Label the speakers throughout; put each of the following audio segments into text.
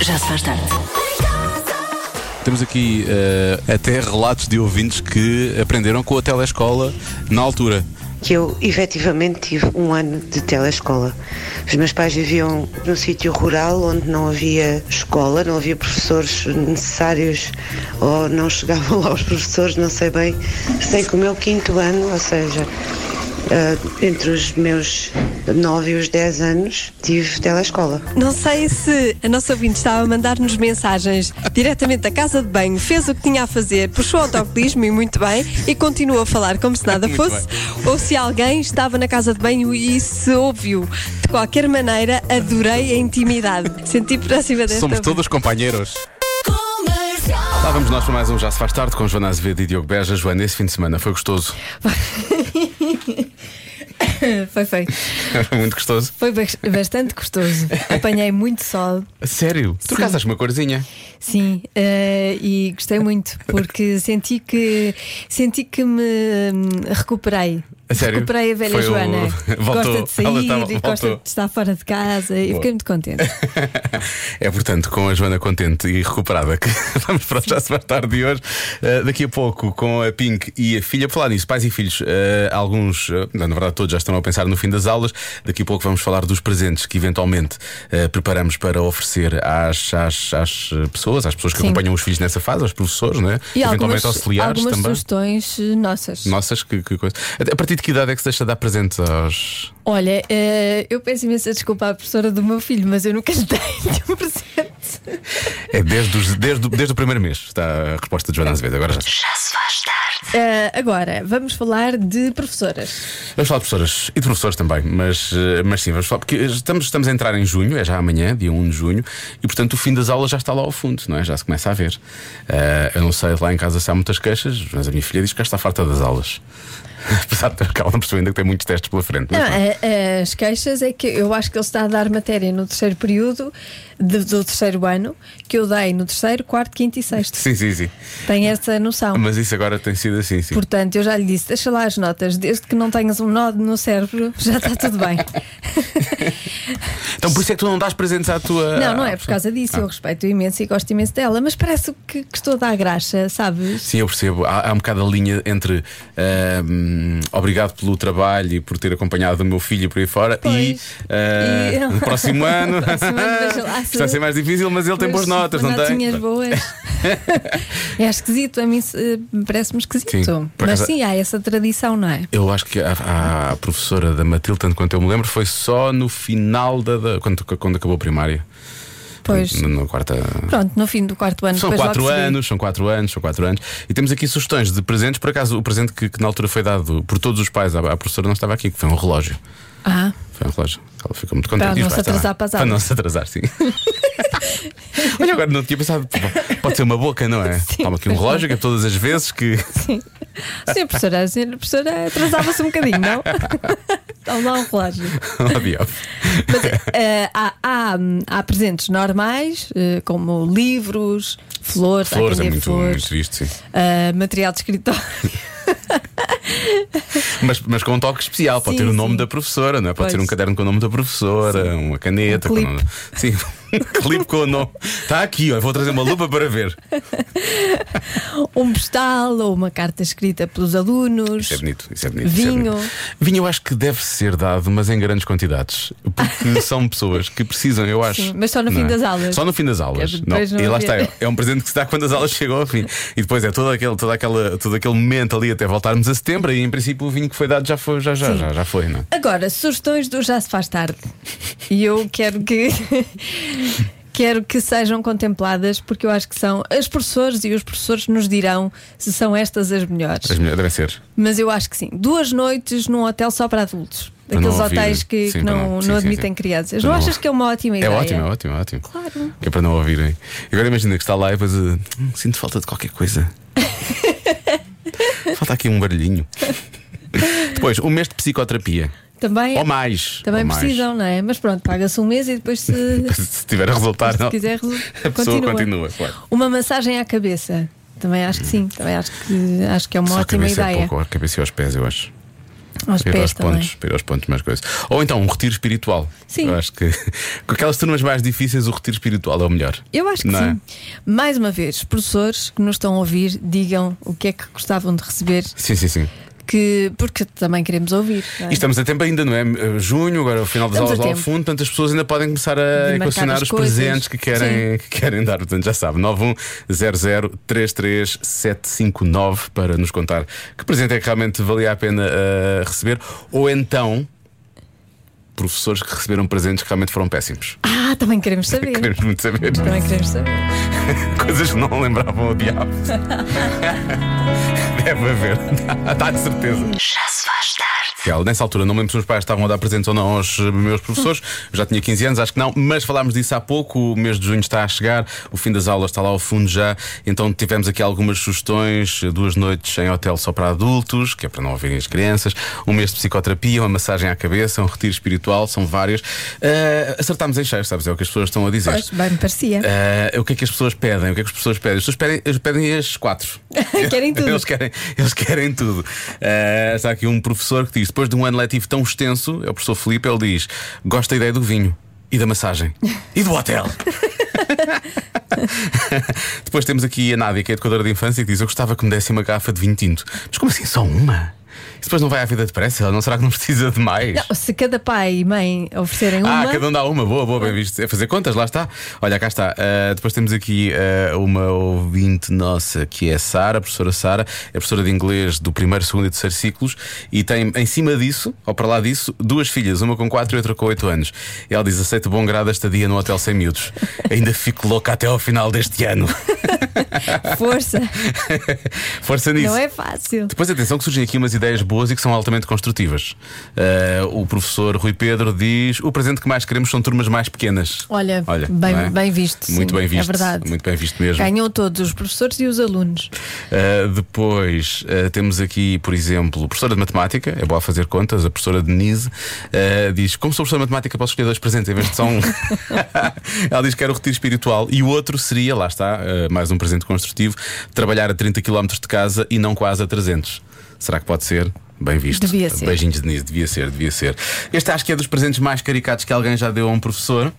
Speaker 1: Já se faz tarde.
Speaker 2: Temos aqui eh, até relatos de ouvintes que aprenderam com a telescola na altura.
Speaker 3: que eu efetivamente tive um ano de telescola. Os meus pais viviam num sítio rural onde não havia escola, não havia professores necessários ou não chegavam lá os professores, não sei bem. Sei que o meu quinto ano, ou seja, ah, entre os meus 9 e os 10 anos, tive telescola.
Speaker 4: Não sei se a nossa ouvinte estava a mandar-nos mensagens diretamente da casa de banho, fez o que tinha a fazer, puxou o autocolismo e muito bem, e continuou a falar como se nada
Speaker 2: Muito
Speaker 4: fosse, ou se alguém estava na casa de banho e se ouviu. De qualquer maneira, adorei a intimidade. Senti próxima desta
Speaker 2: Somos
Speaker 4: ouvinte.
Speaker 2: todos companheiros. Lá vamos nós para mais um Já se faz tarde com Joana Azevedo e Diogo Beja. Joana, esse fim de semana foi gostoso.
Speaker 5: Foi feito.
Speaker 2: Muito gostoso.
Speaker 5: Foi bas- bastante gostoso. Apanhei muito sol,
Speaker 2: A Sério? Tu casaste uma corzinha.
Speaker 5: sim, eh, e gostei muito, porque senti que senti que me hum, recuperei.
Speaker 2: A sério?
Speaker 5: Recuperei a velha
Speaker 2: Foi o-
Speaker 5: Joana.
Speaker 2: Voltou.
Speaker 5: Gosta de sair
Speaker 2: Ela estava-
Speaker 5: e gosta
Speaker 2: voltou.
Speaker 5: de estar fora de casa e fiquei muito contente.
Speaker 2: É portanto com a Joana contente e recuperada que vamos para o já se faz tarde de hoje. Uh, daqui a pouco com a Pink e a filha. Por falar nisso, pais e filhos, uh, alguns, uh, na verdade todos já estão a pensar no fim das aulas. Daqui a pouco vamos falar dos presentes que eventualmente uh, preparamos para oferecer às, às, às uh, pessoas, às pessoas que
Speaker 5: Sim.
Speaker 2: acompanham os filhos nessa fase, aos professores, né?
Speaker 5: E algumas,
Speaker 2: eventualmente auxiliares
Speaker 5: algumas
Speaker 2: também.
Speaker 5: sugestões eh, nossas.
Speaker 2: Nossas, que, que coisa. A partir de que idade é que se deixa de dar presentes aos.
Speaker 5: Olha, eh, eu peço imensa desculpa à professora do meu filho, mas eu nunca lhe dei nenhum presente.
Speaker 2: É desde, os- desde, o- desde o primeiro mês, está a resposta de Joana Azevedo. Agora já.
Speaker 1: Já se faz tarde.
Speaker 5: Eh, agora, vamos falar de professoras.
Speaker 2: Vamos falar de professoras e de professores também, mas, eh, mas sim, vamos falar, porque estamos, estamos a entrar em junho, é já amanhã, dia 1 de junho, e portanto o fim das aulas já está lá ao fundo, não é? Já se começa a ver. Eh, eu não sei lá em casa se há muitas queixas, mas a minha filha diz que já está farta das aulas. Apesar de que ela não percebeu ainda que tem muitos testes pela frente. mas
Speaker 5: Não,
Speaker 2: pronto.
Speaker 5: a- as queixas é que eu acho que ele está a dar matéria no terceiro período de- do terceiro ano, que eu dei no terceiro, quarto, quinto e sexto.
Speaker 2: Sim, sim, sim.
Speaker 5: Tem essa noção.
Speaker 2: Mas isso agora tem sido assim, sim.
Speaker 5: Portanto, eu já lhe disse, deixa lá as notas, desde que não tenhas um nó no cérebro, já está tudo bem.
Speaker 2: Então por isso é que tu não dás presentes à tua.
Speaker 5: não, não é por causa disso,
Speaker 2: Ah.
Speaker 5: eu respeito imenso e gosto imenso dela, mas parece que, que estou a dar graxa, sabes?
Speaker 2: Sim, eu percebo. Há, há um bocado a linha entre ah, hum, obrigado pelo trabalho e por ter acompanhado o meu filho por aí fora e,
Speaker 5: Pois.
Speaker 2: ah,
Speaker 5: E- Um
Speaker 2: no próximo ano.
Speaker 5: Próximo ano, veja lá se-
Speaker 2: Está a ser mais difícil, mas ele tem boas notas, não
Speaker 5: notinhas
Speaker 2: tem?
Speaker 5: boas. é esquisito, a mim se- eh, parece-me esquisito.
Speaker 2: Sim, por
Speaker 5: mas
Speaker 2: acaso-
Speaker 5: sim, há essa tradição, não é?
Speaker 2: Eu acho que a, a professora da Matilde, tanto quanto eu me lembro, foi só no final da. da- quando, quando acabou a primária.
Speaker 5: Pois.
Speaker 2: No, no quarta.
Speaker 5: Pronto, no fim do quarto ano.
Speaker 2: São
Speaker 5: depois
Speaker 2: quatro
Speaker 5: logo se vê.
Speaker 2: anos, são quatro anos, são quatro anos. E temos aqui sugestões de presentes. Por acaso, o presente que, que na altura foi dado por todos os pais à, à professora não estava aqui, que foi um relógio.
Speaker 5: Ah,
Speaker 2: Foi um relógio. Ela ficou muito contente.
Speaker 5: Para
Speaker 2: Diz,
Speaker 5: não se
Speaker 2: "Vai, está
Speaker 5: atrasar
Speaker 2: bem."
Speaker 5: para as
Speaker 2: Para não
Speaker 5: aulas.
Speaker 2: se atrasar, sim. Olha, agora não tinha pensado. Pô, Pode ser uma boca, não é? Toma aqui um relógio que é todas as vezes que.
Speaker 5: senhora professora, a senhora professora atrasava-se um bocadinho, não? Estão lá um relógio.
Speaker 2: Oh, diabo.
Speaker 5: Mas eh, há, há, hum, há presentes normais, eh, como livros, flores, há quem
Speaker 2: Flores, é
Speaker 5: dê
Speaker 2: muito, muito
Speaker 5: flores
Speaker 2: triste, sim.
Speaker 5: eh, material de escritório.
Speaker 2: Mas, mas com um toque especial. Pode
Speaker 5: Sim,
Speaker 2: ter o nome
Speaker 5: sim.
Speaker 2: da professora, não é? Pode
Speaker 5: Pois.
Speaker 2: ter um caderno com o nome da professora, uma caneta.
Speaker 5: Um
Speaker 2: com o nome- Sim, um clipe com o nome. Está aqui, ó, eu vou trazer uma lupa para ver.
Speaker 5: um postal ou uma carta escrita pelos alunos.
Speaker 2: Isso é bonito, isso é bonito. Isso é
Speaker 5: Vinho.
Speaker 2: bonito. Vinho eu acho que deve ser dado, mas em grandes quantidades. Porque são pessoas que precisam, eu acho.
Speaker 5: Sim, mas só no
Speaker 2: não
Speaker 5: fim
Speaker 2: é?
Speaker 5: das aulas.
Speaker 2: Só no fim das aulas.
Speaker 5: É, depois
Speaker 2: e
Speaker 5: não
Speaker 2: lá
Speaker 5: havia.
Speaker 2: está, é- é um presente que se dá quando as aulas chegam ao fim. E depois é todo aquele, todo aquela, todo aquele momento ali até voltarmos a setembro. E em princípio o vinho que foi dado já foi, já, já,
Speaker 5: Sim.
Speaker 2: já, já foi, não é?
Speaker 5: Agora, sugestões do Já se faz tarde. E eu quero que. Quero que sejam contempladas porque eu acho que são as professores e os professores nos dirão se são estas as melhores.
Speaker 2: As melhores devem ser.
Speaker 5: Mas eu acho que sim. Duas noites num hotel só para adultos.
Speaker 2: Para não
Speaker 5: Daqueles
Speaker 2: ouvir-
Speaker 5: hotéis que,
Speaker 2: sim,
Speaker 5: que
Speaker 2: para
Speaker 5: não,
Speaker 2: não- sim,
Speaker 5: não
Speaker 2: sim,
Speaker 5: admitem
Speaker 2: sim. Para
Speaker 5: crianças. Não
Speaker 2: não-
Speaker 5: achas que é uma ótima
Speaker 2: É
Speaker 5: ideia?
Speaker 2: ótimo, é ótimo, é ótimo.
Speaker 5: Claro.
Speaker 2: Que é para não ouvirem. Agora imagina que está lá e depois uh, sinto falta de qualquer coisa. falta aqui um barulhinho. Depois, um mês de psicoterapia.
Speaker 5: Também,
Speaker 2: Ou mais.
Speaker 5: É. também
Speaker 2: ou mais.
Speaker 5: precisam, não é? Mas pronto, paga-se um mês e depois se,
Speaker 2: Se tiver a resultar,
Speaker 5: se
Speaker 2: não.
Speaker 5: quiser resu-
Speaker 2: A pessoa continua, claro.
Speaker 5: Uma massagem à cabeça. Também acho que sim, também acho que, acho que é uma
Speaker 2: Só a
Speaker 5: ótima
Speaker 2: cabeça é
Speaker 5: ideia.
Speaker 2: pouco, a cabeça e aos pés, eu acho.
Speaker 5: Aos
Speaker 2: para ir aos
Speaker 5: pés também.
Speaker 2: pontos, para ir aos pontos, mais coisas. Ou então um retiro espiritual.
Speaker 5: Sim.
Speaker 2: Eu acho que com aquelas turmas mais difíceis, o retiro espiritual é o melhor.
Speaker 5: Eu acho que
Speaker 2: Não é?
Speaker 5: sim. Mais uma vez, professores que nos estão a ouvir, digam o que é que gostavam de receber,
Speaker 2: Sim, sim, sim.
Speaker 5: que, porque também queremos ouvir. não é?
Speaker 2: E estamos a tempo ainda, não é? Eh, Junho, agora o final das
Speaker 5: Estamos
Speaker 2: aulas
Speaker 5: a
Speaker 2: lá ao
Speaker 5: tempo.
Speaker 2: fundo, portanto as pessoas ainda podem começar a
Speaker 5: De marcar
Speaker 2: equacionar
Speaker 5: as
Speaker 2: os
Speaker 5: coisas.
Speaker 2: presentes que querem, que querem dar. Portanto, já sabe, 910033759 para nos contar que presente é que realmente valia a pena eh, receber. Ou então, professores que receberam presentes que realmente foram péssimos.
Speaker 5: Ah, também queremos saber.
Speaker 2: Queremos muito saber.
Speaker 5: Também queremos saber.
Speaker 2: Coisas que não lembravam o diabo. Deve haver, está de certeza.
Speaker 1: Já se faz tarde.
Speaker 2: Raquel. Nessa altura, não me lembro se os meus pais estavam a dar presentes ou não aos eh, meus professores. Eu já tinha 15 anos, acho que não, mas falámos disso há pouco. O mês de junho está a chegar, o fim das aulas está lá ao fundo já. Então tivemos aqui algumas sugestões: eh, duas noites em hotel só para adultos, que é para não ouvirem as crianças, um mês de psicoterapia, uma massagem à cabeça, um retiro espiritual, são várias. Eh, acertámos em cheio, sabes? É o que as pessoas estão a dizer.
Speaker 5: Pois, bem, me parecia.
Speaker 2: Ah, o que é que as pessoas pedem? O que é que as pessoas pedem? As pessoas pedem, eles pedem as quatro.
Speaker 5: Querem tudo.
Speaker 2: Eles querem, eles querem tudo. Ah, está aqui um professor que diz: depois de um ano letivo tão extenso, é o professor Filipe, ele diz: gosta da ideia do vinho e da massagem e do hotel. depois temos aqui a Nádia, que é educadora de infância, que diz: Eu gostava que me dessem uma garrafa de vinho tinto. Mas como assim, só uma? Isso depois não vai à vida depressa? Ela Não será que não precisa de mais?
Speaker 5: Não, se cada pai e mãe oferecerem É uma.
Speaker 2: Ah, cada um dá uma, boa, boa, bem visto. É fazer contas, lá está. Olha, cá está. Ah, depois temos aqui ah, uma ouvinte nossa que é a Sara, a professora Sara, é professora de inglês do primeiro, segundo e terceiro ciclos e tem em cima disso, ou para lá disso, duas filhas, uma com 4 e outra com 8 anos. E ela diz: aceito bom grado esta dia no Hotel Sem Miúdos. Ainda fico louca até ao final deste ano. um.
Speaker 5: Força,
Speaker 2: Força nisso.
Speaker 5: não é fácil.
Speaker 2: Depois, atenção, que surgem aqui umas ideias boas e que são altamente construtivas. Ah, o professor Rui Pedro diz: o presente que mais queremos são turmas mais pequenas.
Speaker 5: Olha, bem-
Speaker 2: não é?
Speaker 5: bem visto,
Speaker 2: Muito
Speaker 5: sim,
Speaker 2: bem
Speaker 5: é
Speaker 2: visto.
Speaker 5: verdade.
Speaker 2: Muito bem visto mesmo.
Speaker 5: Ganhou todos os professores e os alunos.
Speaker 2: Uh, depois uh, temos aqui, por exemplo, a professora de matemática, é boa a fazer contas, a professora Denise, uh, diz: Como sou professora de matemática, posso escolher dois presentes em vez de só um. Ela diz que era o retiro espiritual e o outro seria, lá está, uh, mais um presente construtivo, trabalhar a 30 km de casa e não quase a 300. Será que pode ser? Bem visto.
Speaker 5: Devia ser.
Speaker 2: Beijinhos, Denise, devia ser, devia ser. Este acho que é dos presentes mais caricatos que alguém já deu a um professor.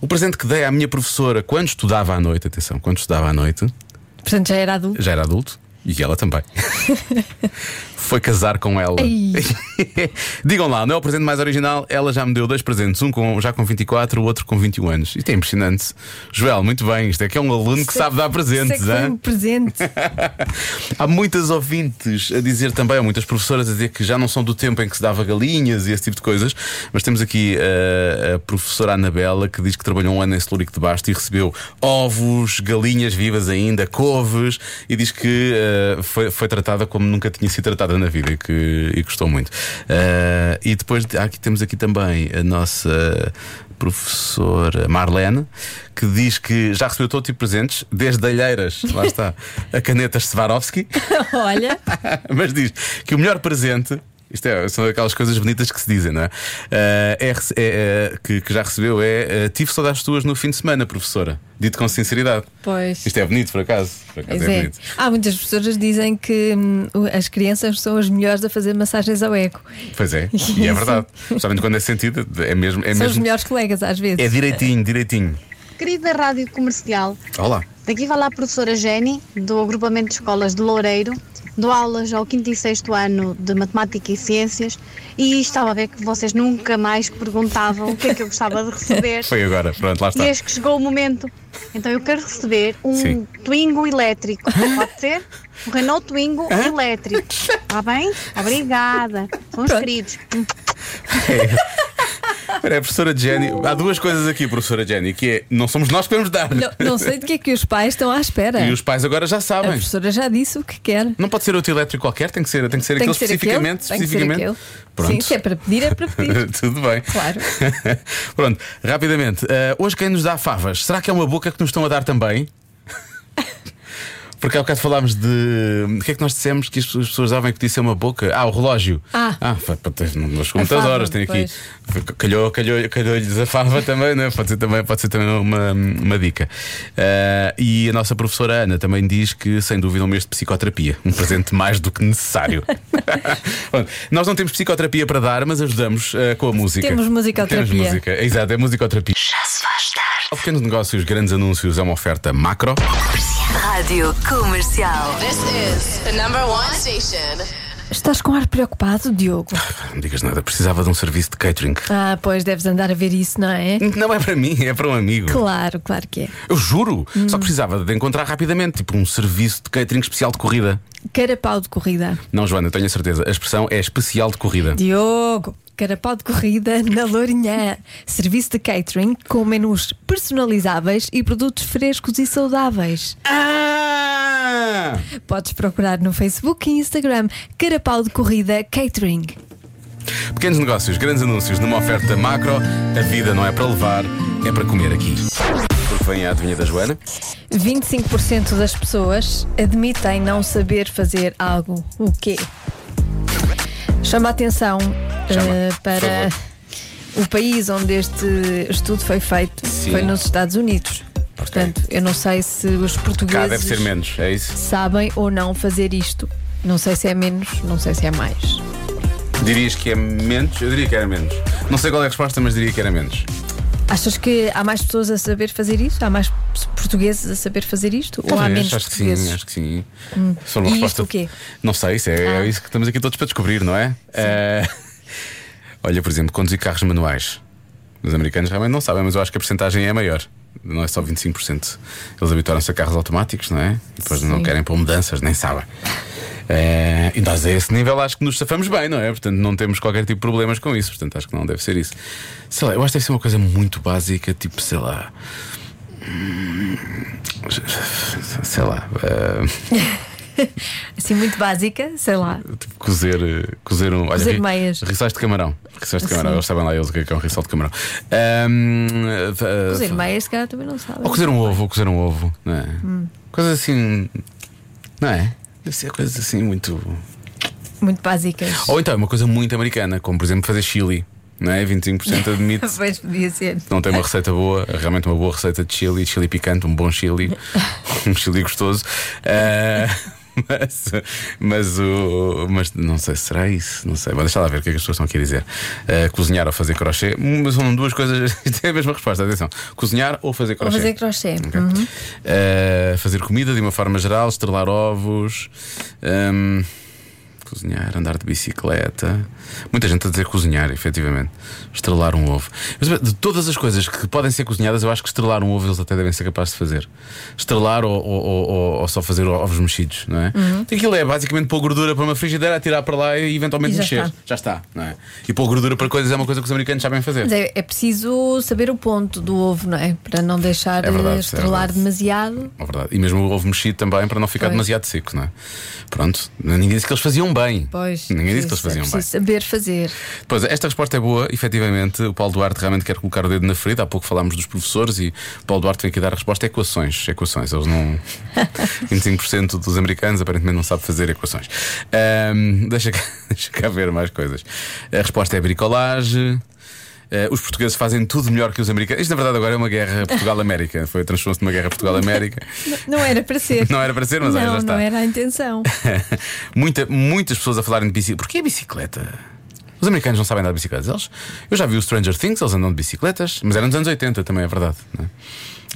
Speaker 2: O presente que dei à minha professora quando estudava à noite, atenção, quando estudava à noite
Speaker 5: Portanto, já era adulto.
Speaker 2: já era adulto e ela também. Foi casar com ela.
Speaker 5: Ei.
Speaker 2: Digam lá, não é o presente mais original? Ela já me deu dois presentes, um com, já com 24, o outro com 21 anos. Isto é impressionante. Joel, muito bem, isto é que é um aluno que sabe dar
Speaker 5: Sei
Speaker 2: presentes. é?
Speaker 5: que foi
Speaker 2: hã?
Speaker 5: um presente.
Speaker 2: Há muitas ouvintes a dizer também, ou muitas professoras a dizer que já não são do tempo em que se dava galinhas e esse tipo de coisas, mas temos aqui eh, a professora Anabela que diz que trabalhou um ano em Celúrico de Basto e recebeu ovos, galinhas vivas ainda, couves, e diz que eh, foi, foi tratada como nunca tinha sido tratada na vida e que e gostou muito. Eh, e depois de- aqui, temos aqui também a nossa professora Marlene, que diz que já recebeu todo tipo de presentes, desde alheiras, lá está, a caneta Swarovski,
Speaker 5: Olha,
Speaker 2: mas diz que o melhor presente. Isto é, são aquelas coisas bonitas que se dizem, não é? Ah, é rece- é, ah, que, que já recebeu é ah, Tive saudades tuas no fim de semana, professora. Dito com sinceridade.
Speaker 5: pois.
Speaker 2: Isto é bonito, por acaso. Por acaso
Speaker 5: Pois
Speaker 2: é,
Speaker 5: é.
Speaker 2: bonito.
Speaker 5: Há muitas pessoas que dizem que hum, as crianças são as melhores a fazer massagens ao eco.
Speaker 2: Pois é, e é verdade. Principalmente quando é sentido, é mesmo. É,
Speaker 5: são os
Speaker 2: mesmo,
Speaker 5: melhores colegas, às vezes.
Speaker 2: é direitinho, direitinho.
Speaker 6: Querida Rádio Comercial,
Speaker 2: Olá.
Speaker 6: daqui fala a professora Jenny, do agrupamento de escolas de Loureiro. Dou aulas ao 5 e 6 ano de Matemática e Ciências e estava a ver que vocês nunca mais perguntavam o que é que eu gostava de receber.
Speaker 2: Foi agora, pronto, lá
Speaker 6: E
Speaker 2: está.
Speaker 6: eis que chegou o momento. Então eu quero receber um
Speaker 2: Sim.
Speaker 6: Twingo elétrico. Pode ser? Um Renault Twingo elétrico. Está bem? Obrigada. São os queridos.
Speaker 2: É. Espera, é a professora Jenny. Há duas coisas aqui, professora Jenny, que é não somos nós que podemos dar.
Speaker 5: Não, não sei de que é que os pais estão à espera.
Speaker 2: E os pais agora já
Speaker 5: A
Speaker 2: sabem.
Speaker 5: professora já disse o que quer.
Speaker 2: Não pode ser outro elétrico qualquer, tem que ser, tem que ser
Speaker 5: Tem
Speaker 2: aquele
Speaker 5: que ser
Speaker 2: especificamente.
Speaker 5: aquele. Tem que ser
Speaker 2: especificamente.
Speaker 5: aquele.
Speaker 2: Pronto.
Speaker 5: Sim, se é para pedir, é para pedir.
Speaker 2: Tudo bem.
Speaker 5: Claro.
Speaker 2: Pronto, rapidamente. eh, hoje quem nos dá favas? Será que é uma boca que nos estão a dar também? Porque há bocado falámos de. O que é que nós dissemos que as pessoas- as pessoas davam que podia ser uma boca? Ah, o relógio.
Speaker 5: Ah.
Speaker 2: fa- pa- tens- não chegou
Speaker 5: A
Speaker 2: muitas
Speaker 5: fava,
Speaker 2: horas, tenho aqui.
Speaker 5: pois.
Speaker 2: Calhou, calhou, calhou-lhes a fava também, não é? Pode ser também, pode ser também uma, uma dica. Ah, e a nossa professora Ana também diz que, sem dúvida, um mês de psicoterapia. Um presente mais do que necessário. Bom, nós não temos psicoterapia para dar, mas ajudamos ah, com a música.
Speaker 5: Temos musicoterapia.
Speaker 2: Temos música. Exato, é musicoterapia.
Speaker 1: Já se faz tarde.
Speaker 2: Pequenos negócios, grandes anúncios, é uma oferta macro.
Speaker 1: Rádio Comercial.
Speaker 7: This is the number one station.
Speaker 5: Estás com ar preocupado, Diogo?
Speaker 2: Não digas nada, precisava de um serviço de catering.
Speaker 5: Ah, pois deves andar a ver isso, não é?
Speaker 2: Não é para mim, é para um amigo.
Speaker 5: Claro, claro que é.
Speaker 2: Eu juro,
Speaker 5: Hum.
Speaker 2: só precisava de encontrar rapidamente, tipo um serviço de catering especial de corrida.
Speaker 5: Carapau de corrida.
Speaker 2: Não, Joana, tenho a certeza, a expressão é especial de corrida.
Speaker 5: Diogo, carapau de corrida na Lourinhã. Serviço de catering com menus personalizáveis e produtos frescos e saudáveis.
Speaker 2: Ah!
Speaker 5: Podes procurar no Facebook e Instagram Carapau de Corrida Catering.
Speaker 2: Pequenos negócios, grandes anúncios, numa oferta macro, a vida não é para levar, é para comer aqui. Porque vem a adivinha da Joana.
Speaker 5: 25% das pessoas admitem não saber fazer algo. O quê? Chama a atenção
Speaker 2: Chama,
Speaker 5: eh,
Speaker 2: por
Speaker 5: para
Speaker 2: favor.
Speaker 5: o país onde este estudo foi feito.
Speaker 2: Sim.
Speaker 5: Foi nos Estados Unidos. Portanto, eu não sei se os portugueses
Speaker 2: Cá deve ser menos, é isso?
Speaker 5: sabem ou não fazer isto. Não sei se é menos, não sei se é mais.
Speaker 2: Dirias que é menos? Eu diria que era menos. Não sei qual é a resposta, mas diria que era menos.
Speaker 5: Achas que há mais pessoas a saber fazer isto? Há mais portugueses a saber fazer isto? ou há
Speaker 2: Talvez,
Speaker 5: menos
Speaker 2: acho que sim,
Speaker 5: portugueses? Hum.
Speaker 2: acho que sim. Sobre
Speaker 5: E
Speaker 2: uma
Speaker 5: isto
Speaker 2: resposta.
Speaker 5: o quê?
Speaker 2: Não sei, isso é, é
Speaker 5: Ah.
Speaker 2: isso que estamos aqui todos para descobrir, não é? Eh, Olha, por exemplo, conduzir carros manuais. Os americanos realmente não sabem, mas eu acho que a porcentagem é maior. Não é só 25%. Eles habituaram-se a carros automáticos, não é? E Depois não
Speaker 5: Sim.
Speaker 2: querem pôr mudanças, nem sabem. Eh, e nós a esse nível acho que nos safamos bem, não é? Portanto, não temos qualquer tipo de problemas com isso. Portanto, acho que não deve ser isso. Sei lá, eu acho que deve ser uma coisa muito básica, tipo, sei lá. hum, Sei lá. eh,
Speaker 5: Assim, muito básica, sei lá.
Speaker 2: Tipo, cozer, eh, cozer um. Olha,
Speaker 5: Cozer
Speaker 2: ri-
Speaker 5: meias.
Speaker 2: Rissóis de camarão. Rissóis de camarão,
Speaker 5: Sim.
Speaker 2: eles sabem lá eles o que é que é um rissol de camarão. Ahm, eh,
Speaker 5: Os
Speaker 2: eh,
Speaker 5: irmãos, se calhar, também não sabem.
Speaker 2: Ou cozer um ovo, ou cozer um ovo, não é?
Speaker 5: Hum.
Speaker 2: Coisas assim. Não é? Deve ser coisas assim muito.
Speaker 5: Muito básicas.
Speaker 2: Ou então é uma coisa muito americana, como por exemplo fazer chili, não é? 25% admite. se
Speaker 5: Pois podia ser.
Speaker 2: Não tem uma receita boa, realmente uma boa receita de chili, chili picante, um bom chili, um chili gostoso. Ah, mas, mas, o, mas não sei, será isso? Não sei. Mas deixa lá ver o que é que as pessoas estão aqui a dizer. Ah, cozinhar ou fazer crochê. Hum, São duas coisas. Isto é a mesma resposta, atenção. Cozinhar ou fazer
Speaker 5: Ou
Speaker 2: crochê.
Speaker 5: fazer crochê. Uhum.
Speaker 2: Ok. Ah, Uhum. fazer comida de uma forma geral, estrelar ovos. ahm, Cozinhar, andar de bicicleta. Muita gente a dizer cozinhar, efetivamente. Estrelar um ovo. Mas de todas as coisas que podem ser cozinhadas, eu acho que estrelar um ovo eles até devem ser capazes de fazer. Estrelar ou, ou- ou- ou- ou só fazer ovos mexidos, não é?
Speaker 5: Uhum.
Speaker 2: Aquilo é basicamente pôr gordura para uma frigideira, atirar para lá e eventualmente
Speaker 5: E já
Speaker 2: mexer.
Speaker 5: está.
Speaker 2: Já está, não é? E pôr gordura para coisas é uma coisa que os americanos sabem fazer.
Speaker 5: Mas é, é preciso saber o ponto do ovo, não é? Para não deixar
Speaker 2: É verdade,
Speaker 5: eh, estrelar
Speaker 2: é verdade.
Speaker 5: demasiado.
Speaker 2: É verdade. E mesmo o ovo mexido também para não ficar
Speaker 5: Pois.
Speaker 2: demasiado seco, não é? Pronto, ninguém disse que eles faziam bem.
Speaker 5: Pois.
Speaker 2: ninguém disse que eles
Speaker 5: preciso- é
Speaker 2: faziam bem.
Speaker 5: preciso saber fazer.
Speaker 2: Pois, esta resposta é boa, efetivamente. O Paulo Duarte realmente quer colocar o dedo na ferida. Há pouco falámos dos professores e o Paulo Duarte vem aqui dar a resposta: equações. Equações. Eles não. 25% dos americanos aparentemente não sabe fazer equações. Ahm, deixa, cá, deixa cá ver mais coisas. A resposta é bricolagem. Eh, os portugueses fazem tudo melhor que os americanos. Isto, na verdade, agora é uma guerra Portugal-América. Foi transformou-se numa guerra Portugal-América.
Speaker 5: Não era para ser.
Speaker 2: Não era para ser, mas
Speaker 5: não,
Speaker 2: olha, já está.
Speaker 5: Não era a intenção.
Speaker 2: Muita- muitas pessoas a falarem de bicicleta. Porquê bicicleta? Os americanos não sabem andar de bicicletas. Eles, eu já vi o Stranger Things, eles andam de bicicletas, mas era nos anos 80 também, é verdade. Não é?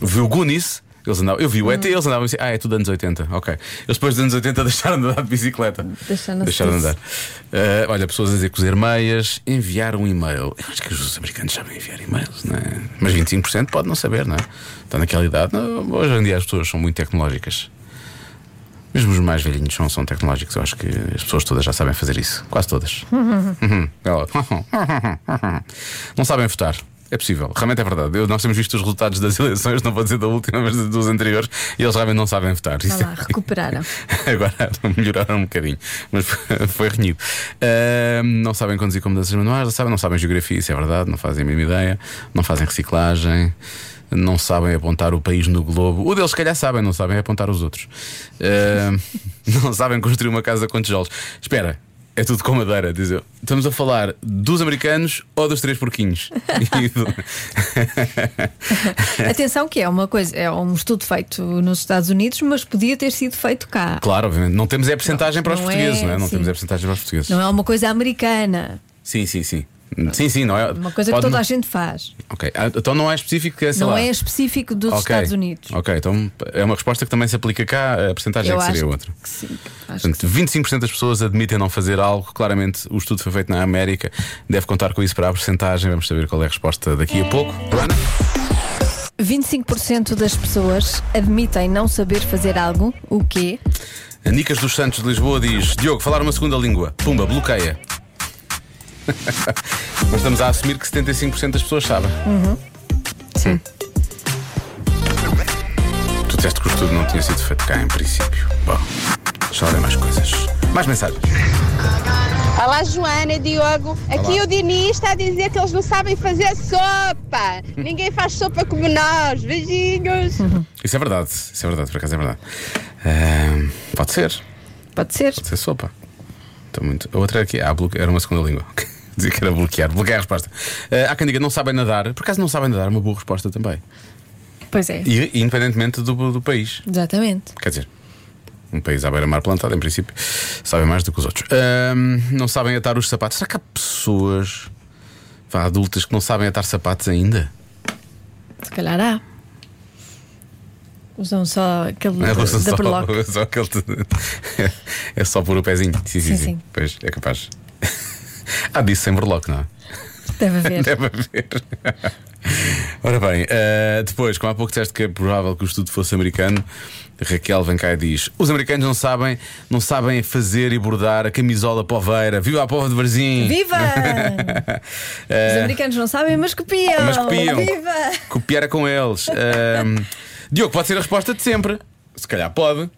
Speaker 2: Vi o Goonies, eles andavam, eu vi o ET, eles andavam assim, ah, é tudo anos 80, ok. Eles depois dos anos 80 deixaram de andar de bicicleta.
Speaker 5: Deixaram-se
Speaker 2: deixaram de
Speaker 5: disso.
Speaker 2: andar. Eh, olha, pessoas a dizer cozer meias, enviar um e-mail. Eu acho que os americanos sabem enviar e-mails, não é? Mas 25% pode não saber, não é? Está naquela idade. não, hoje em dia as pessoas são muito tecnológicas. Mesmo os mais velhinhos não são tecnológicos, eu acho que as pessoas todas já sabem fazer isso. Quase todas. Uhum. Ela- não sabem votar. É possível, realmente é verdade. Eu- nós temos visto os resultados das eleições, não vou dizer da última, mas dos anteriores, e eles realmente não sabem votar. é
Speaker 5: Vá lá, recuperaram.
Speaker 2: Agora melhoraram um bocadinho, mas foi renhido. Ahm, não sabem conduzir com mudanças manuais, não sabem, não sabem geografia, isso é verdade, não fazem a mínima ideia, não fazem reciclagem. não sabem apontar o país no globo. O deles, se calhar, sabem, não sabem apontar os outros. Ah, não sabem construir uma casa com tijolos. Espera. É tudo com madeira, diz eu. Estamos a falar dos americanos ou dos três porquinhos? E do-
Speaker 5: Atenção que é uma coisa, é um estudo feito nos Estados Unidos, mas podia ter sido feito cá.
Speaker 2: claro, obviamente. Não temos é percentagem para os
Speaker 5: Não é,
Speaker 2: portugueses, não é? Não
Speaker 5: sim.
Speaker 2: temos é percentagem para os portugueses.
Speaker 5: Não é uma coisa americana,
Speaker 2: Sim, sim, sim. Sim, sim, não é.
Speaker 5: uma coisa que
Speaker 2: pode
Speaker 5: toda
Speaker 2: não-
Speaker 5: a gente faz.
Speaker 2: Ok, Ah, então não é específico que é, sei
Speaker 5: não
Speaker 2: lá.
Speaker 5: é específico dos
Speaker 2: Ok.
Speaker 5: Estados Unidos.
Speaker 2: Ok, então é uma resposta que também se aplica cá, a porcentagem é
Speaker 5: Eu
Speaker 2: que
Speaker 5: acho
Speaker 2: seria outra.
Speaker 5: que sim. Acho que
Speaker 2: Portanto, 25% das pessoas admitem não fazer algo. Claramente, o estudo foi feito na América. Deve contar com isso para a porcentagem. Vamos saber qual é a resposta daqui a pouco. Joana?
Speaker 5: 25% das pessoas admitem não saber fazer algo, o quê?
Speaker 2: A Nicas dos Santos de Lisboa diz: Diogo, falar uma segunda língua. Pumba, bloqueia. Mas estamos a assumir que 75% das pessoas sabem.
Speaker 5: Sim.
Speaker 2: Tu disseste que o estudo não tinha sido feito cá, em princípio. Bom, deixa eu ler mais coisas. Mais mensagens.
Speaker 8: Olá, Joana e Diogo. Aqui
Speaker 2: Olá.
Speaker 8: o Dini está a dizer que eles não sabem fazer sopa. Ninguém faz sopa como nós. Beijinhos.
Speaker 2: Isso é verdade, isso é verdade, por acaso é verdade. Ahm, pode ser, pode
Speaker 5: Pode ser.
Speaker 2: ser sopa. Estou muito. A outra era que ah, bloque- era uma segunda língua. Dizia que era bloquear, bloqueei a resposta. Ah, há quem diga não sabem nadar, por acaso não sabem nadar, é uma boa resposta também.
Speaker 5: Pois é.
Speaker 2: E, e independentemente do, do país.
Speaker 5: Exatamente.
Speaker 2: Quer dizer, um país à beira-mar plantado, em princípio, sabem mais do que os outros. Ahm, não sabem atar os sapatos. Será que há pessoas, vá, adultas, que não sabem atar sapatos ainda?
Speaker 5: Se calhar há. Usam só aquele
Speaker 2: Não, É só-
Speaker 5: da perloca.
Speaker 2: só aquele de- É só por o pezinho. Sim, sim, sim.
Speaker 5: Sim, sim.
Speaker 2: Pois é capaz. Há disso sem berloque, não é?
Speaker 5: Deve haver.
Speaker 2: Deve haver. Ora bem, eh, depois, como há pouco disseste que é provável que o estudo fosse americano, Raquel vem cá e diz: Os americanos não sabem, não sabem fazer e bordar a camisola poveira. Viva a pova de Varzim!
Speaker 5: Viva! Os americanos não sabem, mas copiam!
Speaker 2: É. Mas copiam.
Speaker 5: Viva!
Speaker 2: Copiar é com eles. Ahm, Diogo, pode ser a resposta de sempre. Se calhar pode.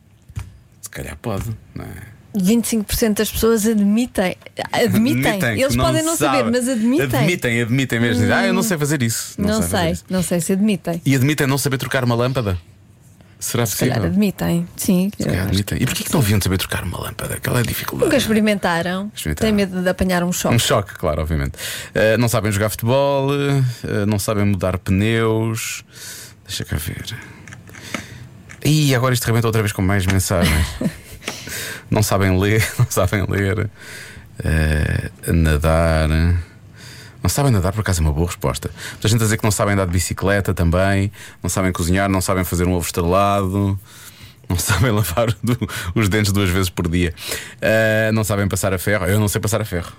Speaker 2: Se calhar pode, não é?
Speaker 5: 25% das pessoas admitem. Admitem.
Speaker 2: que
Speaker 5: Eles podem não saber,
Speaker 2: sabem.
Speaker 5: mas admitem. Hum.
Speaker 2: Admitem, admitem mesmo. Dizem, Ah, eu não sei fazer isso.
Speaker 5: Não,
Speaker 2: fazer
Speaker 5: sei,
Speaker 2: isso."
Speaker 5: não sei se admitem.
Speaker 2: E admitem não saber trocar uma lâmpada? Será
Speaker 5: Se calhar
Speaker 2: possível?
Speaker 5: admitem. Sim, eu
Speaker 2: É,
Speaker 5: acho.
Speaker 2: admitem. E porquê que não deviam saber trocar uma lâmpada? Aquela é a dificuldade.
Speaker 5: Nunca experimentaram.
Speaker 2: Experimentaram.
Speaker 5: Tem medo de apanhar um choque.
Speaker 2: Um choque, claro, obviamente. Eh, não sabem jogar futebol, eh, não sabem mudar pneus. Deixa cá ver. E agora isto rebenta outra vez com mais mensagens. não sabem ler, não sabem ler. Eh, nadar. Não sabem nadar, por acaso é uma boa resposta. Muita gente a dizer que não sabem andar de bicicleta também, não sabem cozinhar, não sabem fazer um ovo estrelado. Não sabem lavar do- os dentes duas vezes por dia. Eh, não sabem passar a ferro. Eu não sei passar a ferro.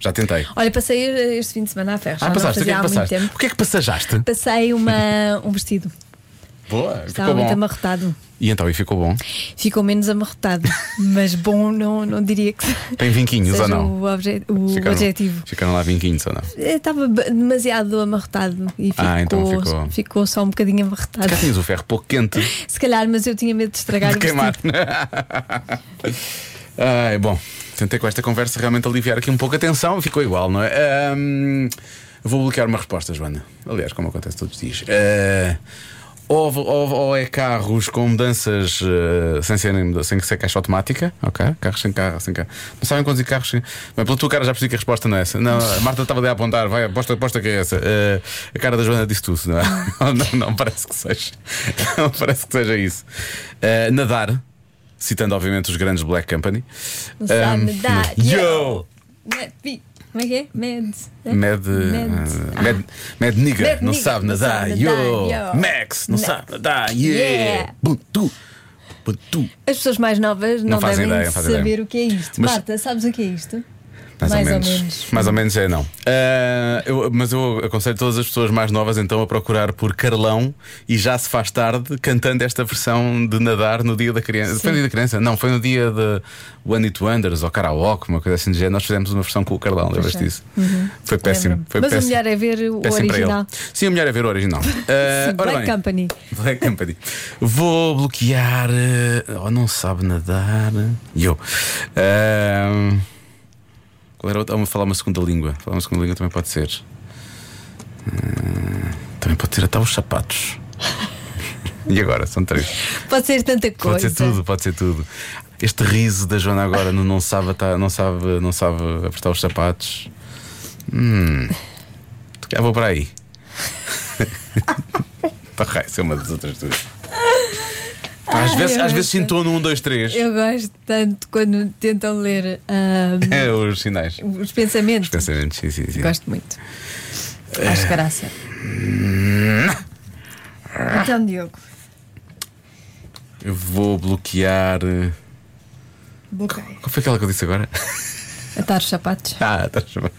Speaker 2: Já tentei.
Speaker 5: Olha, passei este fim de semana à ferro. já
Speaker 2: Ah,
Speaker 5: não
Speaker 2: passaste. O que é
Speaker 5: fazia
Speaker 2: que
Speaker 5: há muito
Speaker 2: passaste?
Speaker 5: tempo.
Speaker 2: O que é que passajaste?
Speaker 5: Passei uma, um vestido.
Speaker 2: Boa,
Speaker 5: Estava
Speaker 2: ficou
Speaker 5: muito
Speaker 2: bom.
Speaker 5: amarrotado.
Speaker 2: E então, e ficou bom?
Speaker 5: Ficou menos amarrotado. mas bom, não, não diria que.
Speaker 2: Tem vinquinhos
Speaker 5: seja
Speaker 2: ou não?
Speaker 5: O, obje- o
Speaker 2: Ficaram-
Speaker 5: objetivo.
Speaker 2: Ficaram lá vinquinhos ou não?
Speaker 5: Eh, Estava b- demasiado amarrotado e ficou,
Speaker 2: Ah, então ficou.
Speaker 5: ficou só um bocadinho amarrotado.
Speaker 2: Já tinhas o ferro pouco quente
Speaker 5: Se calhar, mas eu tinha medo de estragar
Speaker 2: de
Speaker 5: o vestido.
Speaker 2: queimar. Ai, bom, tentei com esta conversa realmente aliviar aqui um pouco a tensão. Ficou igual, não é? Ahm, vou bloquear uma resposta, Joana. Aliás, como acontece todos os dias. Ah, ou, ou- ou é carros com mudanças ah, sem, serem, sem ser caixa automática, ok? Carros sem carro, sem carro. Não sabem conduzir carros sem. Mas pela tua cara já percebi que a resposta não é essa. Não, a Marta estava ali a apontar, vai, aposta, aposta que é essa. Ah, a cara da Joana disse tudo, não é? Não, não, não parece que seja. Não parece que seja isso. Ah, nadar, citando obviamente os grandes Black Company.
Speaker 5: Não sabe
Speaker 2: Ahm,
Speaker 5: nadar.
Speaker 2: Yo!
Speaker 5: Mad- pi- Como é que é? Med.
Speaker 2: Med,
Speaker 5: Med.
Speaker 2: ah, Med, Med Nigga,
Speaker 5: Med
Speaker 2: não
Speaker 5: nigga,
Speaker 2: sabe
Speaker 5: não
Speaker 2: nadar.
Speaker 5: sabe nadar,
Speaker 2: yo.
Speaker 5: yo.
Speaker 2: Max, não
Speaker 5: Max.
Speaker 2: sabe nadar. Yeah!
Speaker 5: Yeah.
Speaker 2: Buntu! Buntu!
Speaker 5: Ah, As pessoas mais novas não,
Speaker 2: Não fazem
Speaker 5: devem
Speaker 2: ideia, não fazem
Speaker 5: saber
Speaker 2: ideia.
Speaker 5: o que é isto.
Speaker 2: Mas-
Speaker 5: Marta, sabes o que é isto?
Speaker 2: Mais,
Speaker 5: Mais
Speaker 2: ou,
Speaker 5: ou
Speaker 2: menos.
Speaker 5: menos.
Speaker 2: Mais ou menos é não. Ah, eu- mas eu aconselho todas as pessoas mais novas então a procurar por Carlão e já se faz tarde cantando esta versão de nadar no dia da criança. Foi no dia da criança? Não, foi no dia de One It Wonders ou Karaoke, uma coisa assim do género. Nós fizemos uma versão com o Carlão, lembras disso? Foi péssimo.
Speaker 5: é. Uhum. Lembro-me.
Speaker 2: Foi
Speaker 5: Mas o
Speaker 2: péssimo.
Speaker 5: melhor é ver
Speaker 2: Péssimo
Speaker 5: o
Speaker 2: para ele.
Speaker 5: original.
Speaker 2: Sim, o melhor é ver o original. Ah,
Speaker 5: Sim,
Speaker 2: ora
Speaker 5: Black
Speaker 2: bem.
Speaker 5: Company.
Speaker 2: Black Company. Vou bloquear. eh, Oh, não sabe nadar. E eu. Ahm, Qual era a outra? Ah, falar uma segunda língua. Falar uma segunda língua também pode Ah, ser. Hum, Também pode ser até os sapatos. E agora? São três.
Speaker 5: Pode ser tanta
Speaker 2: Pode
Speaker 5: coisa.
Speaker 2: ser tudo, pode ser tudo. Este riso da Joana agora no não sabe, atar- não sabe, não sabe apertar os sapatos. Hum. Se calhar vou para aí. Tá, essa é uma das outras duas. Pá, às
Speaker 5: Ai,
Speaker 2: vezes,
Speaker 5: eu
Speaker 2: às vezes
Speaker 5: gosto.
Speaker 2: sintono um, dois, três.
Speaker 5: Eu gosto tanto quando tentam ler ah,
Speaker 2: É, os sinais.
Speaker 5: os pensamentos.
Speaker 2: Pensamentos, sim, sim, sim.
Speaker 5: Gosto muito.
Speaker 2: É.
Speaker 5: Acho graça. Então, Diogo,
Speaker 2: Eu vou bloquear. eh,
Speaker 5: bloqueio.
Speaker 2: Qual foi aquela que eu disse agora?
Speaker 5: Atar os sapatos.
Speaker 2: Ah, tá chamando.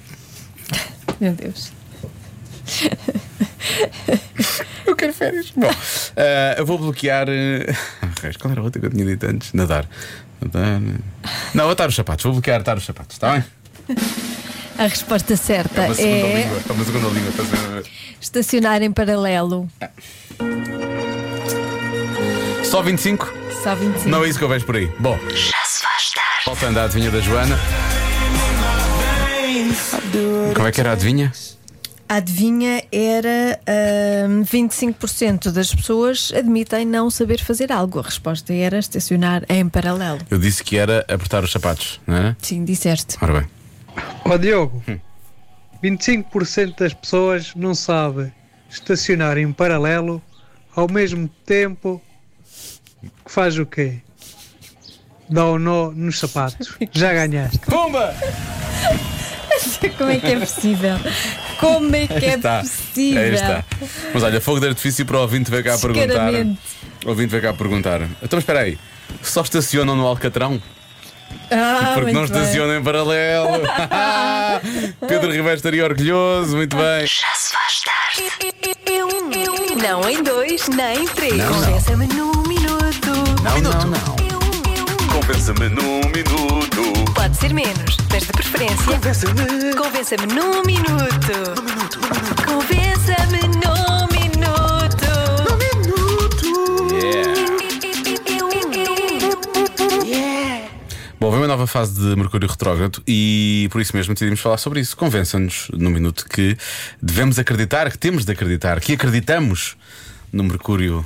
Speaker 5: Meu Deus.
Speaker 2: Eu quero férias. Bom, eh, eu vou bloquear. eh, ah, raios, Qual era a outra que eu tinha dito antes? Nadar. Nadar. eh. Não, atar os sapatos. Vou bloquear atar os sapatos, está bem?
Speaker 1: Tá,
Speaker 5: A resposta certa
Speaker 2: É uma segunda
Speaker 5: é,
Speaker 2: língua. É uma segunda língua. estás a ver?
Speaker 5: estacionar em paralelo.
Speaker 2: Só 25?
Speaker 5: Só 25.
Speaker 2: Não é isso que eu vejo por aí. Bom,
Speaker 1: Já se faz tarde.
Speaker 2: volta a andar a adivinha da Joana. Como é que era a adivinha?
Speaker 5: A adivinha era hum, ahm, 25% das pessoas admitem não saber fazer algo. A resposta era estacionar em paralelo.
Speaker 2: Eu disse que era apertar os sapatos, não era?
Speaker 5: Sim, disseste.
Speaker 2: Ora bem.
Speaker 9: Ó Diogo, 25% das pessoas não sabe estacionar em paralelo ao mesmo tempo que faz o quê? Dá o nó nos sapatos. Já ganhaste.
Speaker 2: Pumba!
Speaker 5: Como é que é possível? Como é que é
Speaker 2: Está.
Speaker 5: possível?
Speaker 2: Aí está. Mas olha, fogo de artifício para o ouvinte ver cá perguntar.
Speaker 5: Descaradamente.
Speaker 2: O ouvinte ver cá perguntar. Então espera aí, só estacionam no Alcatrão?
Speaker 5: Ah,
Speaker 2: Porque não
Speaker 5: muito bem.
Speaker 2: estacionam em paralelo. Pedro Ribeiro estaria orgulhoso, muito bem.
Speaker 1: Já se faz tarde. Não em dois, nem em três. Convença-me num minuto.
Speaker 2: Não, não, não.
Speaker 1: Eu, eu.
Speaker 2: Convença-me num minuto.
Speaker 1: Pode ser menos, mas de preferência.
Speaker 2: Convença-me.
Speaker 1: Convença-me num minuto. minuto. Convença-me num minuto. Num minuto.
Speaker 2: Bom, vem uma nova fase de Mercúrio Retrógrado e por isso mesmo decidimos falar sobre isso. Convença-nos, num minuto, que devemos acreditar, que temos de acreditar, que acreditamos no Mercúrio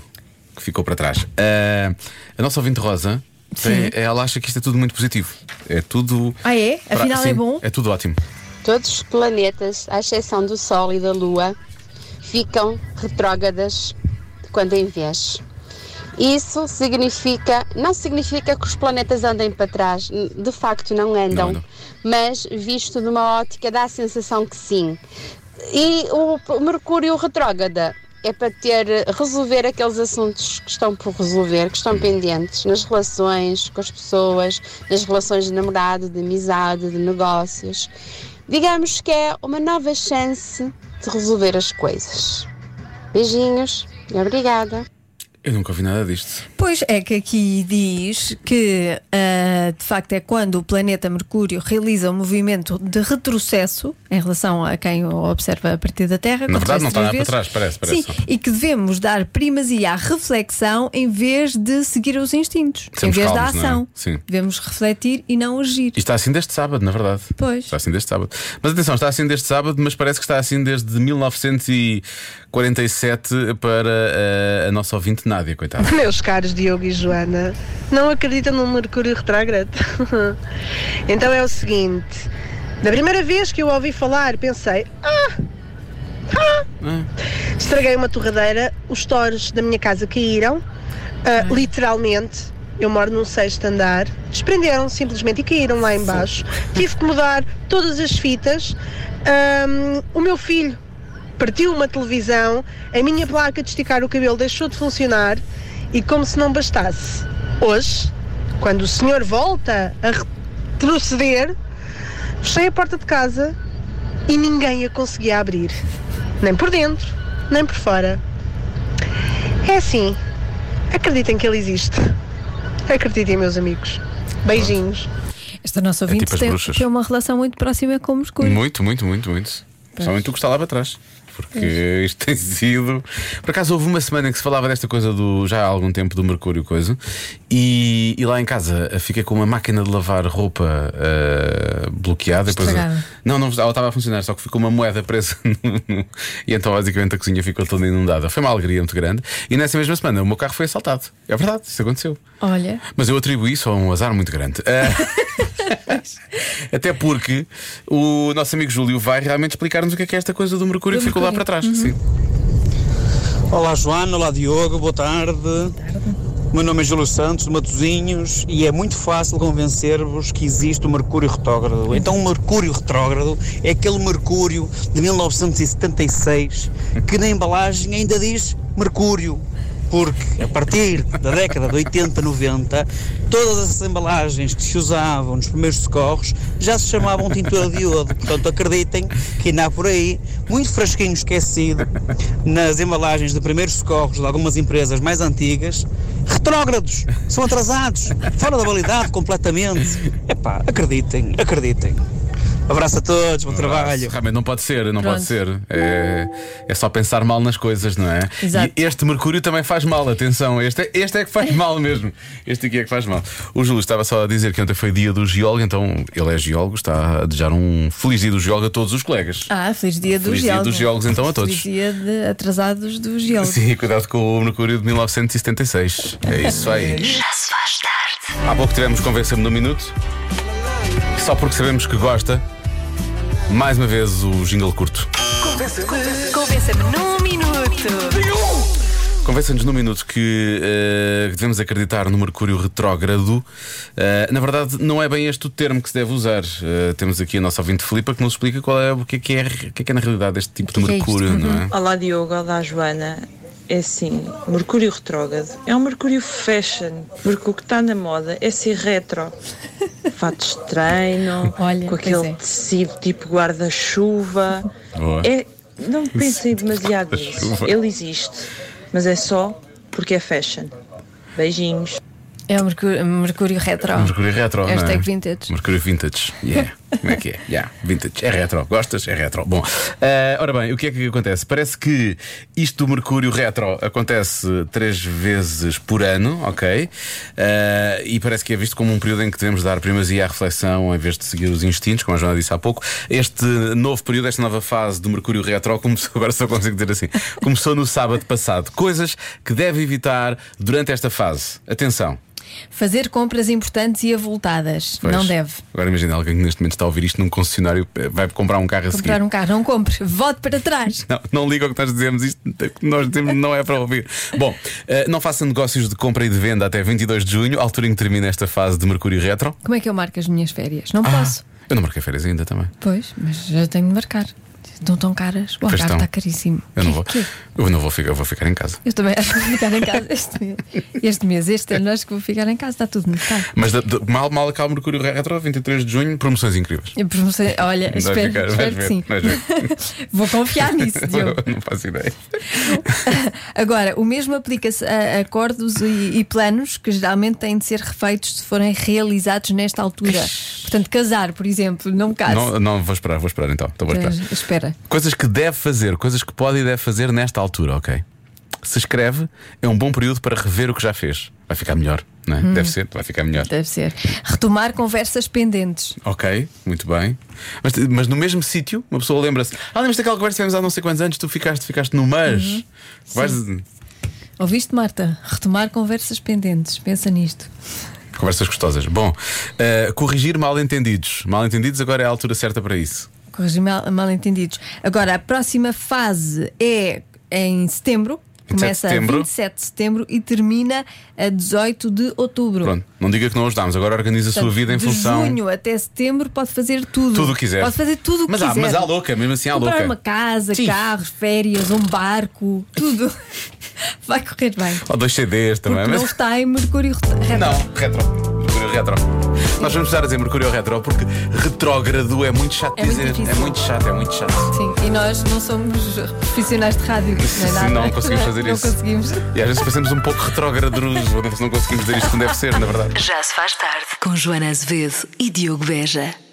Speaker 2: que ficou para trás. Ah, a nossa ouvinte Rosa, tem- ela acha que isto é tudo muito positivo. É tudo.
Speaker 5: Ah, é?
Speaker 2: pra-
Speaker 5: Afinal é
Speaker 2: sim,
Speaker 5: bom?
Speaker 2: É tudo ótimo.
Speaker 10: Todos os planetas, à exceção do Sol e da Lua, ficam retrógradas quando em vez. Isso significa, não significa que os planetas andem para trás, n- de facto não andam,
Speaker 2: Não andam.
Speaker 10: mas visto de uma ótica dá a sensação que sim. E o p- Mercúrio retrógrada é para ter resolver aqueles assuntos que estão por resolver, que estão pendentes nas relações com as pessoas, nas relações de namorado, de amizade, de negócios. Digamos que é uma nova chance de resolver as coisas. Beijinhos e obrigada.
Speaker 2: Eu nunca ouvi nada disto.
Speaker 5: Pois é que aqui diz que ah, de facto é quando o planeta Mercúrio realiza um movimento de retrocesso em relação a quem o observa a partir da Terra.
Speaker 2: Na verdade,
Speaker 5: acontece
Speaker 2: não está
Speaker 5: duas
Speaker 2: nada para
Speaker 5: vezes.
Speaker 2: trás, parece, parece.
Speaker 5: Sim, e que devemos dar primazia à reflexão em vez de seguir os instintos,
Speaker 2: Sermos
Speaker 5: em vez
Speaker 2: calmos,
Speaker 5: da
Speaker 2: não é?
Speaker 5: ação.
Speaker 2: Sim.
Speaker 5: Devemos refletir e não agir.
Speaker 2: E está assim desde sábado, na verdade.
Speaker 5: Pois.
Speaker 2: Está assim desde sábado. Mas atenção, está assim desde sábado, mas parece que está assim desde 1947 para eh, a nossa ouvinte Nádia, coitada.
Speaker 11: Meus caros Diogo e Joana, não acreditam no Mercúrio retrógrado? então é o seguinte: da primeira vez que eu ouvi falar, pensei,
Speaker 2: Ah,
Speaker 11: estraguei uma torradeira, os torres da minha casa caíram, ah, literalmente. Eu moro num sexto andar, desprenderam simplesmente e caíram lá embaixo. Tive que mudar todas as fitas. Ahm, o meu filho partiu uma televisão, a minha placa de esticar o cabelo deixou de funcionar e, como se não bastasse, hoje, quando o senhor volta a retroceder, fechei a porta de casa e ninguém a conseguia abrir. Nem por dentro, nem por fora. É assim. Acreditem que ele existe. Acreditem, meus amigos. Beijinhos.
Speaker 5: Esta nossa ouvinte
Speaker 2: tipo as
Speaker 5: tem,
Speaker 2: bruxas.
Speaker 5: tem uma relação muito próxima com o Mercúrio.
Speaker 2: muito, muito, muito, muito. Principalmente o que está lá para trás. porque isto tem sido. Por acaso houve uma semana em que se falava desta coisa do já há algum tempo do Mercúrio coisa, e, e lá em casa eh, fiquei com uma máquina de lavar roupa eh, bloqueada. Depois-
Speaker 5: Estragada.
Speaker 2: não, não ela estava a funcionar, só que ficou uma moeda presa no- no- e então basicamente a cozinha ficou toda inundada. Foi uma alegria muito grande. E nessa mesma semana o meu carro foi assaltado. É verdade, isso aconteceu.
Speaker 5: Olha.
Speaker 2: Mas eu atribuí isso a um azar muito grande. Ah, Até porque o nosso amigo Júlio vai realmente explicar-nos o que é, que é esta coisa do Mercúrio
Speaker 12: Do
Speaker 2: que ficou lá para
Speaker 12: mercúrio. Uhum.
Speaker 2: trás. Sim.
Speaker 12: Olá Joana, olá Diogo, boa tarde. Boa tarde. Meu nome é Júlio Santos, de Matosinhos, e é muito fácil convencer-vos que existe o Mercúrio retrógrado. Então, o Mercúrio retrógrado é aquele Mercúrio de 1976 que na embalagem ainda diz Mercúrio. Porque a partir da década de 80, 90, todas as embalagens que se usavam nos primeiros socorros já se chamavam tintura de iodo. Portanto, acreditem que ainda há por aí, muito fresquinho esquecido, nas embalagens de primeiros socorros de algumas empresas mais antigas, retrógrados, são atrasados, fora da validade completamente. Epá, acreditem, acreditem. Abraço a todos, bom trabalho.
Speaker 2: Realmente não pode ser, não
Speaker 12: Pronto.
Speaker 2: pode ser. É, é só pensar mal nas coisas, não é?
Speaker 12: Exato.
Speaker 2: E este Mercúrio também faz mal, atenção, este é, este é que faz mal mesmo. Este aqui é que faz mal. O Júlio estava só a dizer que ontem foi dia do geólogo, então ele é geólogo, está a desejar um feliz dia do geólogo a todos os colegas.
Speaker 5: Ah, feliz dia dos
Speaker 2: Feliz dia
Speaker 5: geólogos.
Speaker 2: dos geólogos, então, a todos.
Speaker 5: Feliz dia de atrasados dos geólogos.
Speaker 2: Sim, cuidado com o Mercúrio de 1976. É isso aí.
Speaker 1: Já se faz tarde.
Speaker 2: Há pouco tivemos Convença-me no Minuto. Só porque sabemos que gosta. Mais uma vez o jingle curto.
Speaker 1: Convença-me Convença-me num minuto.
Speaker 2: Convença-nos no minuto que eh, devemos acreditar no Mercúrio retrógrado. Eh, na verdade, não é bem este o termo que se deve usar. Eh, temos aqui a nossa ouvinte Filipa que nos explica qual é, o que é, que é, o que é que é na realidade este tipo de Mercúrio, não
Speaker 1: Uhum.
Speaker 2: é?
Speaker 13: Olá Diogo, olá Joana. É assim, Mercúrio retrógrado é um Mercúrio fashion, porque o que está na moda é ser retro. Fatos de treino, com
Speaker 5: pois
Speaker 13: aquele
Speaker 5: é.
Speaker 13: tecido tipo guarda-chuva.
Speaker 5: Boa.
Speaker 13: É, não pensem demasiado nisso.
Speaker 5: Guarda-chuva.
Speaker 13: Ele existe, mas é só porque é fashion. Beijinhos.
Speaker 5: É o Mercúrio, Mercúrio Retro.
Speaker 2: Mercúrio retro, não é?
Speaker 5: Hashtag vintage.
Speaker 2: Mercúrio vintage. Yeah. Como é que é? Yeah. Vintage. É retro. Gostas? É retro. Bom, eh, ora bem, o que é que acontece? Parece que isto do Mercúrio retro acontece três vezes por ano, ok? Eh, e parece que é visto como um período em que devemos dar primazia à reflexão em vez de seguir os instintos, como a Joana disse há pouco. Este novo período, esta nova fase do Mercúrio retro, começou, agora só consigo dizer assim, começou no sábado passado. Coisas que deve evitar durante esta fase. Atenção.
Speaker 5: Fazer compras importantes e avultadas.
Speaker 2: Pois.
Speaker 5: Não deve.
Speaker 2: Agora imagina alguém que neste momento está a ouvir isto num concessionário, eh, vai comprar um carro a seguir.
Speaker 5: Comprar um carro, não compre. Vote para trás.
Speaker 2: Não, não liga ao que nós dizemos, isto que nós dizemos não é para ouvir. Bom, eh, não façam negócios de compra e de venda até 22 de junho, altura em que termina esta fase de Mercúrio Retro.
Speaker 5: Como é que eu marco as minhas férias?
Speaker 2: Ah.
Speaker 5: Não posso.
Speaker 2: Eu não marquei férias ainda também.
Speaker 5: Pois, mas já tenho de marcar. Estão tão caras. O
Speaker 2: Pois
Speaker 5: Algarve
Speaker 2: estão.
Speaker 5: está caríssimo.
Speaker 2: Eu não vou,
Speaker 5: Quê?
Speaker 2: eu não vou ficar, eu vou ficar em casa.
Speaker 5: Eu também acho que vou ficar em casa este mês. Este mês, este ano, acho que vou ficar em casa. Está tudo muito caro.
Speaker 2: Mas de- de- mal, mal acaba o Mercúrio Retro, 23 de junho, promoções incríveis.
Speaker 5: Eu promoção- Olha,
Speaker 2: Vais
Speaker 5: espero,
Speaker 2: ficar- vais
Speaker 5: espero que
Speaker 2: ver, é?
Speaker 5: sim.
Speaker 2: vais ver.
Speaker 5: Vou confiar nisso, Diogo.
Speaker 2: não faço ideia.
Speaker 5: Agora, o mesmo aplica-se a acordos e, e planos que geralmente têm de ser refeitos se forem realizados nesta altura. Portanto, casar, por exemplo, não me caso.
Speaker 2: Não, não, vou esperar, vou esperar então. Então vou esperar.
Speaker 5: Eh, Espera.
Speaker 2: Coisas que deve fazer, coisas que pode e deve fazer nesta altura, ok? Se escreve, é um bom período para rever o que já fez. Vai ficar melhor, não é?
Speaker 5: Hum.
Speaker 2: Deve ser, vai ficar melhor.
Speaker 5: Deve ser. Retomar conversas pendentes.
Speaker 2: Ok, muito bem. Mas, mas no mesmo sítio, uma pessoa lembra-se: Ah, lembras daquela conversa que tivemos há não sei quantos anos, tu ficaste, ficaste no mas.
Speaker 5: Uhum.
Speaker 2: Vais-
Speaker 5: Ouviste, Marta? Retomar conversas pendentes. Pensa nisto.
Speaker 2: Conversas gostosas. Bom, eh, corrigir mal entendidos. Mal entendidos agora é a altura certa para isso.
Speaker 5: Corrigir mal, mal entendidos. Agora, a próxima fase é em setembro.
Speaker 2: 27 de
Speaker 5: Começa
Speaker 2: setembro.
Speaker 5: a 27 de setembro e termina a 18 de outubro.
Speaker 2: Pronto, não diga que não ajudámos, agora organiza a sua
Speaker 5: Portanto,
Speaker 2: vida em
Speaker 5: de
Speaker 2: função.
Speaker 5: junho até setembro pode fazer tudo.
Speaker 2: Tudo o que quiser.
Speaker 5: Pode fazer tudo o que
Speaker 2: mas há,
Speaker 5: quiser.
Speaker 2: Mas há louca, mesmo assim há
Speaker 5: Comprar
Speaker 2: louca.
Speaker 5: uma casa, carros, férias, um barco, tudo. Vai correr bem.
Speaker 2: Ou dois CDs também.
Speaker 5: Porque
Speaker 2: mas-
Speaker 5: não está em Mercúrio Retrógrado.
Speaker 2: Não, retro. Mercúrio retro. Nós vamos precisar dizer Mercúrio retro porque retrógrado é muito chato
Speaker 5: É muito
Speaker 2: dizer. é
Speaker 5: difícil.
Speaker 2: muito chato, é muito chato.
Speaker 5: Sim, e nós não somos profissionais de rádio. Não, é
Speaker 2: Sim,
Speaker 5: nada.
Speaker 2: não conseguimos fazer
Speaker 5: Não
Speaker 2: isso.
Speaker 5: conseguimos.
Speaker 2: E às vezes parecemos um pouco retrógrados, não conseguimos dizer isto como deve ser, na verdade.
Speaker 1: Já se faz tarde. Com Joana Azevedo e Diogo Beja.